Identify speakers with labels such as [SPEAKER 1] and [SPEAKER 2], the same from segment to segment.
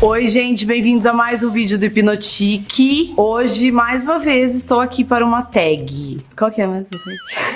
[SPEAKER 1] Oi, gente, bem-vindos a mais um vídeo do Hipnotique. Hoje, mais uma vez, estou aqui para uma tag. Qual que é mais uma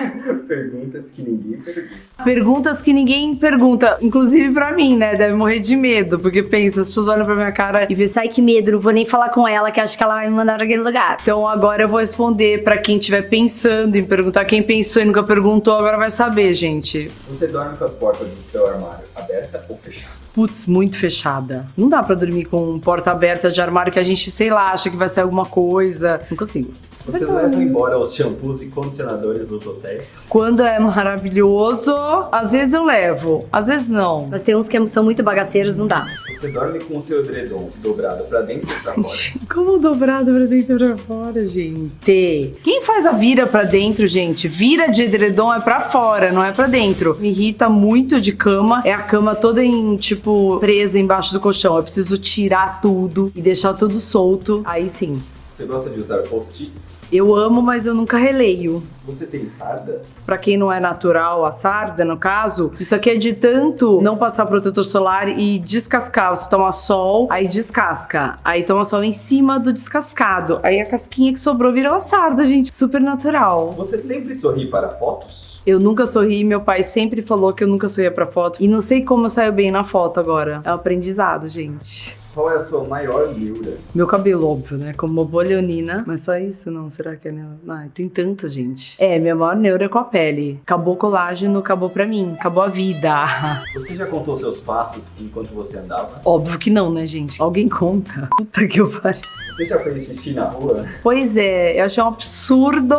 [SPEAKER 1] tag?
[SPEAKER 2] Perguntas que ninguém pergunta.
[SPEAKER 1] Perguntas que ninguém pergunta, inclusive pra mim, né? Deve morrer de medo, porque pensa, as pessoas olham pra minha cara e pensam, ai que medo, não vou nem falar com ela, que acho que ela vai me mandar pra aquele lugar. Então agora eu vou responder pra quem estiver pensando em perguntar. Quem pensou e nunca perguntou, agora vai saber, gente.
[SPEAKER 2] Você dorme com as portas do seu armário aberta ou fechada?
[SPEAKER 1] Putz, muito fechada. Não dá pra dormir com porta aberta de armário que a gente, sei lá, acha que vai sair alguma coisa. Não consigo.
[SPEAKER 2] Você leva embora os shampoos e condicionadores dos hotéis?
[SPEAKER 1] Quando é maravilhoso, às vezes eu levo, às vezes não.
[SPEAKER 3] Mas tem uns que são muito bagaceiros, não dá.
[SPEAKER 2] Você dorme com o seu edredom dobrado pra dentro e pra fora?
[SPEAKER 1] Como dobrado pra dentro e pra fora, gente? Quem faz a vira pra dentro, gente? Vira de edredom é pra fora, não é pra dentro. Me irrita muito de cama. É a cama toda em, tipo, presa embaixo do colchão. Eu preciso tirar tudo e deixar tudo solto. Aí sim.
[SPEAKER 2] Você gosta de usar post-its?
[SPEAKER 1] Eu amo, mas eu nunca releio.
[SPEAKER 2] Você tem sardas?
[SPEAKER 1] Pra quem não é natural, a sarda, no caso, isso aqui é de tanto não passar protetor solar e descascar. Você toma sol, aí descasca. Aí toma sol em cima do descascado. Aí a casquinha que sobrou virou a sarda, gente. Super natural.
[SPEAKER 2] Você sempre sorri para fotos?
[SPEAKER 1] Eu nunca sorri, meu pai sempre falou que eu nunca sorria pra foto. E não sei como eu saio bem na foto agora. É um aprendizado, gente.
[SPEAKER 2] Qual é a sua maior miura?
[SPEAKER 1] Meu cabelo, óbvio, né? Como uma boa leonina. Mas só isso, não? Será que é neuro? Ah, tem tanta, gente. É, minha maior neura é com a pele. Acabou o colágeno, acabou pra mim. Acabou a vida.
[SPEAKER 2] Você já contou seus passos enquanto você andava?
[SPEAKER 1] Óbvio que não, né, gente? Alguém conta. Puta que eu pariu.
[SPEAKER 2] Você já fez xixi na rua?
[SPEAKER 1] Pois é, eu achei um absurdo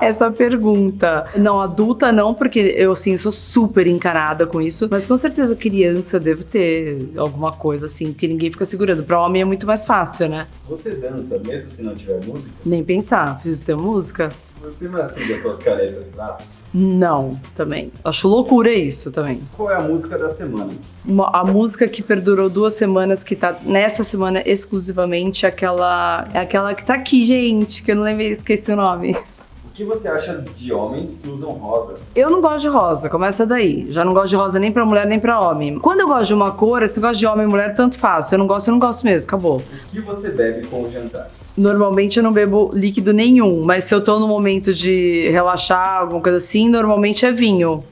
[SPEAKER 1] essa pergunta. Não, adulta não, porque eu, assim, sou super encarada com isso. Mas com certeza criança eu devo ter alguma coisa, assim, porque ninguém fica segurando. Pra homem é muito mais fácil, né?
[SPEAKER 2] Você dança mesmo se não tiver música?
[SPEAKER 1] Nem pensar, preciso ter música.
[SPEAKER 2] Você mastiga suas caretas lápis?
[SPEAKER 1] Não, também. Acho loucura isso também.
[SPEAKER 2] Qual é a música da semana?
[SPEAKER 1] Uma- a música que perdurou duas semanas, que tá nessa semana exclusivamente, é aquela, é aquela que tá aqui, gente, que eu não lembrei, esqueci o nome.
[SPEAKER 2] O que você acha de homens que usam rosa?
[SPEAKER 1] Eu não gosto de rosa, começa daí. Já não gosto de rosa nem pra mulher nem pra homem. Quando eu gosto de uma cor, se eu gosto de homem e mulher, tanto faz. Se eu não gosto, eu não gosto mesmo, acabou.
[SPEAKER 2] O que você bebe com o jantar?
[SPEAKER 1] Normalmente eu não bebo líquido nenhum, mas se eu tô no momento de relaxar, alguma coisa assim, normalmente é vinho.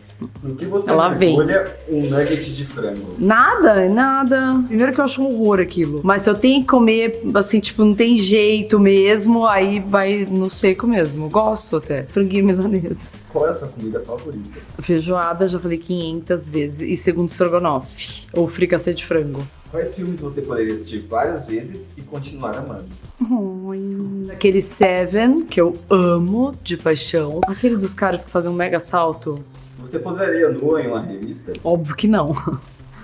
[SPEAKER 2] No que você
[SPEAKER 1] Ela vem.
[SPEAKER 2] mergulha um nugget de frango?
[SPEAKER 1] Nada, nada. Primeiro que eu acho um horror aquilo. Mas se eu tenho que comer, assim, tipo, não tem jeito mesmo, aí vai no seco mesmo. Gosto até. Franguinho milanesa.
[SPEAKER 2] Qual é a sua comida favorita?
[SPEAKER 1] Feijoada, já falei 500 vezes. E segundo estrogonofe. Ou fricassê de frango.
[SPEAKER 2] Quais filmes você poderia assistir várias vezes e continuar amando?
[SPEAKER 1] Aquele Seven, que eu amo de paixão. Aquele dos caras que fazem um mega salto.
[SPEAKER 2] Você posaria nua em uma revista?
[SPEAKER 1] Óbvio que não.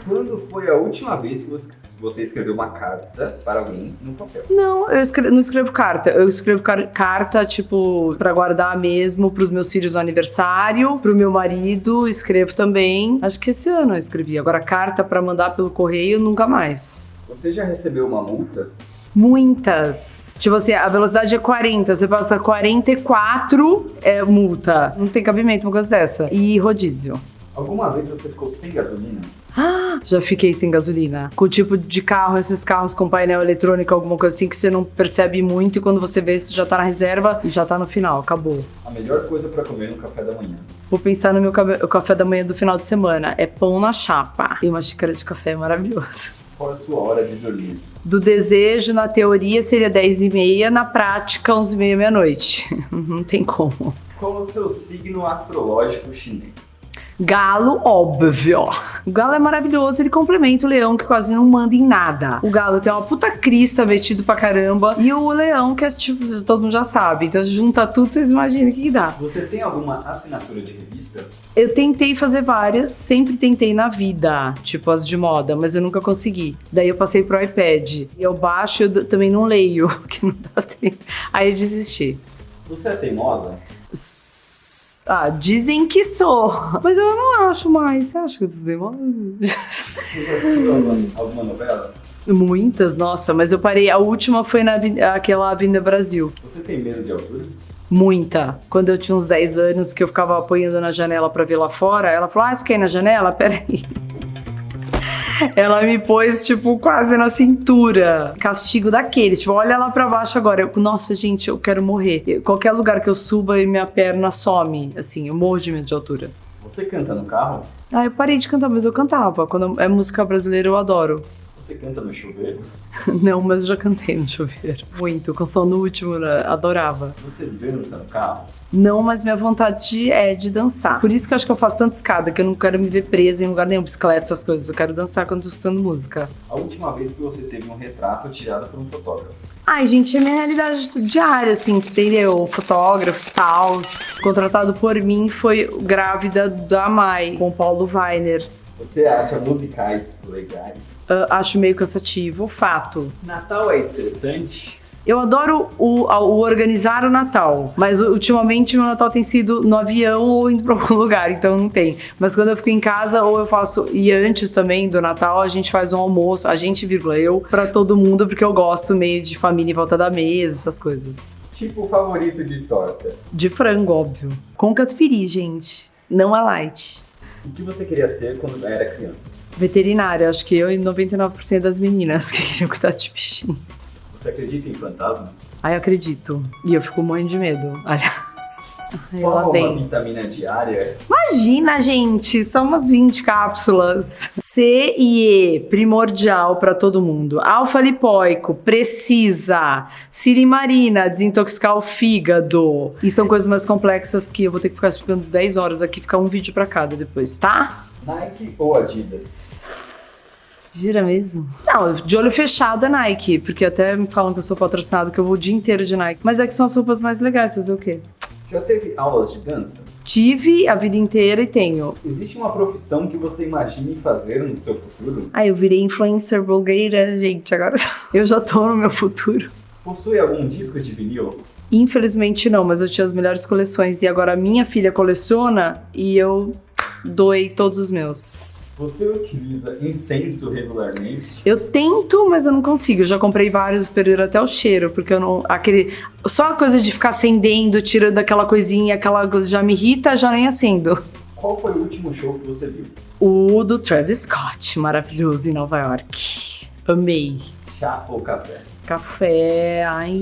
[SPEAKER 2] Quando foi a última vez que você- você escreveu uma carta para alguém no papel?
[SPEAKER 1] Não, eu escre- não escrevo carta. Eu escrevo car- carta, tipo, pra guardar mesmo pros meus filhos no aniversário, pro meu marido, escrevo também. Acho que esse ano eu escrevi. Agora, carta pra mandar pelo correio, nunca mais.
[SPEAKER 2] Você já recebeu uma multa?
[SPEAKER 1] Muitas. Tipo assim, a velocidade é 40, você passa 44, é multa. Não tem cabimento uma coisa dessa. E rodízio.
[SPEAKER 2] Alguma vez você ficou sem gasolina?
[SPEAKER 1] Ah, Já fiquei sem gasolina. Com o tipo de carro, esses carros com painel eletrônico, alguma coisa assim que você não percebe muito e quando você vê, você já tá na reserva e já tá no final, acabou.
[SPEAKER 2] A melhor coisa para comer no café da manhã.
[SPEAKER 1] Vou pensar no meu cabe- o café da manhã do final de semana. É pão na chapa e uma xícara de café é maravilhoso.
[SPEAKER 2] Qual a sua hora de dormir?
[SPEAKER 1] Do desejo, na teoria, seria 10 e meia, na prática, 11 e meia, meia-noite. Não tem como.
[SPEAKER 2] Qual o seu signo astrológico chinês?
[SPEAKER 1] Galo, óbvio. O galo é maravilhoso, ele complementa o leão, que quase não manda em nada. O galo tem uma puta crista metido pra caramba. E o leão, que é tipo, todo mundo já sabe. Então, junta tudo, vocês imaginam o que, que dá.
[SPEAKER 2] Você tem alguma assinatura de revista?
[SPEAKER 1] Eu tentei fazer várias, sempre tentei na vida, tipo as de moda, mas eu nunca consegui. Daí eu passei pro iPad. E eu baixo, eu d- também não leio, porque não dá tempo. Aí eu desisti.
[SPEAKER 2] Você é teimosa?
[SPEAKER 1] S- Ah, dizem que sou. Mas eu não acho mais. Você acha que eu desdemoro?
[SPEAKER 2] Você já assistiu alguma, alguma novela?
[SPEAKER 1] Muitas, nossa, mas eu parei. A última foi na avi- aquela Avenida Brasil.
[SPEAKER 2] Você tem medo de altura?
[SPEAKER 1] Muita. Quando eu tinha uns 10 anos, que eu ficava apoiando na janela pra ver lá fora, ela falou: Ah, você quer ir na janela? Peraí. Ela me pôs, tipo, quase na cintura. Castigo daquele. Tipo, olha lá pra baixo agora. Eu, Nossa, gente, eu quero morrer. Eu- Qualquer lugar que eu suba e minha perna some. Assim, eu morro de medo de altura.
[SPEAKER 2] Você canta no carro?
[SPEAKER 1] Ah, eu parei de cantar, mas eu cantava. Quando é música brasileira, eu adoro.
[SPEAKER 2] Você canta no chuveiro?
[SPEAKER 1] Não, mas eu já cantei no chuveiro. Muito, com som no último, né? adorava.
[SPEAKER 2] Você dança no carro?
[SPEAKER 1] Não, mas minha vontade de- é de dançar. Por isso que eu acho que eu faço tanta escada, que eu não quero me ver presa em lugar nenhum, bicicleta, essas coisas. Eu quero dançar quando tô escutando música.
[SPEAKER 2] A última vez que você teve um retrato tirado por um fotógrafo?
[SPEAKER 1] Ai, gente, é minha realidade diária, assim, entendeu? Fotógrafos, tals. Contratado por mim foi grávida da Mai, com o Paulo Weiner.
[SPEAKER 2] Você acha musicais legais?
[SPEAKER 1] Ah, acho meio cansativo, fato.
[SPEAKER 2] Natal é estressante?
[SPEAKER 1] Eu adoro o, a- o organizar o Natal, mas ultimamente meu Natal tem sido no avião ou indo pra algum lugar, então não tem. Mas quando eu fico em casa, ou eu faço, e antes também do Natal, a gente faz um almoço, a gente, vírgula, eu, pra todo mundo, porque eu gosto meio de família em volta da mesa, essas coisas.
[SPEAKER 2] Tipo favorito de torta?
[SPEAKER 1] De frango, óbvio. Com catupiry, gente. Não a light.
[SPEAKER 2] O que você queria ser quando era criança?
[SPEAKER 1] Veterinária, acho que eu e 99% das meninas que queriam cuidar de bichinho.
[SPEAKER 2] Você acredita em fantasmas?
[SPEAKER 1] Aí eu acredito. E eu fico morrendo de medo, aliás. Aí lá
[SPEAKER 2] Qual
[SPEAKER 1] vem.
[SPEAKER 2] uma vitamina diária?
[SPEAKER 1] Imagina, gente, são umas 20 cápsulas. C e E, primordial para todo mundo. Alfa lipoico, precisa. Sirimarina, desintoxicar o fígado. E são coisas mais complexas que eu vou ter que ficar explicando 10 horas aqui, ficar um vídeo para cada depois, tá?
[SPEAKER 2] Nike ou Adidas?
[SPEAKER 1] Gira mesmo? Não, de olho fechado é Nike, porque até me falam que eu sou patrocinado, que eu vou o dia inteiro de Nike. Mas é que são as roupas mais legais, fazer o quê?
[SPEAKER 2] Já teve aulas de dança?
[SPEAKER 1] Tive a vida inteira e tenho.
[SPEAKER 2] Existe uma profissão que você imagine fazer no seu futuro?
[SPEAKER 1] Ah, eu virei influencer blogueira, gente, agora eu já tô no meu futuro.
[SPEAKER 2] Possui algum disco de vinil?
[SPEAKER 1] Infelizmente não, mas eu tinha as melhores coleções e agora a minha filha coleciona e eu doei todos os meus.
[SPEAKER 2] Você utiliza incenso regularmente?
[SPEAKER 1] Eu tento, mas eu não consigo. Eu já comprei vários, perderam até o cheiro, porque eu não. Aquele. Só a coisa de ficar acendendo, tirando aquela coisinha, aquela. Já me irrita, já nem acendo.
[SPEAKER 2] Qual foi o último show que você viu?
[SPEAKER 1] O do Travis Scott, maravilhoso em Nova York. Amei.
[SPEAKER 2] Chá ou café?
[SPEAKER 1] Café, ai.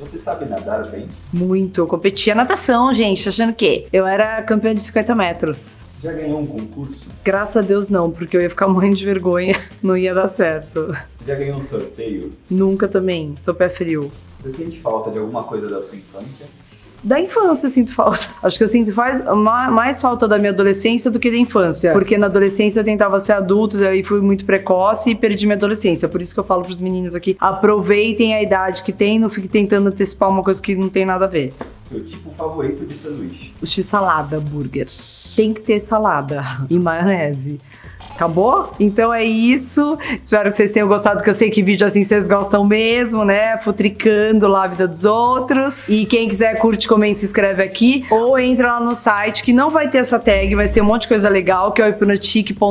[SPEAKER 2] Você sabe nadar bem?
[SPEAKER 1] Muito. Eu competia natação, gente. Tá achando o quê? Eu era campeã de 50 metros.
[SPEAKER 2] Já ganhou um concurso?
[SPEAKER 1] Graças a Deus não, porque eu ia ficar morrendo de vergonha, não ia dar certo.
[SPEAKER 2] Já ganhou um sorteio?
[SPEAKER 1] Nunca também, sou pé frio.
[SPEAKER 2] Você sente falta de alguma coisa da sua infância?
[SPEAKER 1] Da infância eu sinto falta. Acho que eu sinto faz, ma- mais falta da minha adolescência do que da infância. Porque na adolescência eu tentava ser adulto, daí fui muito precoce e perdi minha adolescência. Por isso que eu falo pros meninos aqui: aproveitem a idade que tem, não fique tentando antecipar uma coisa que não tem nada a ver.
[SPEAKER 2] Seu tipo favorito de sanduíche?
[SPEAKER 1] O x-salada burger. Tem que ter salada e maionese. Acabou? Então é isso. Espero que vocês tenham gostado, que eu sei que vídeo assim vocês gostam mesmo, né? Futricando lá a vida dos outros. E quem quiser, curte, comenta, se inscreve aqui. Ou entra lá no site, que não vai ter essa tag, mas tem um monte de coisa legal, que é o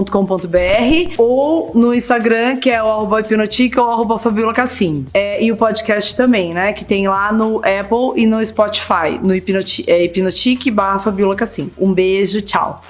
[SPEAKER 1] hipnotic.com.br. Ou no Instagram, que é o arroba hipnotic ou arroba Fabiola Cassim. É, e o podcast também, né? Que tem lá no Apple e no Spotify, no hipnoti é, hipnotic barra Fabiola Cassim. Um beijo, tchau.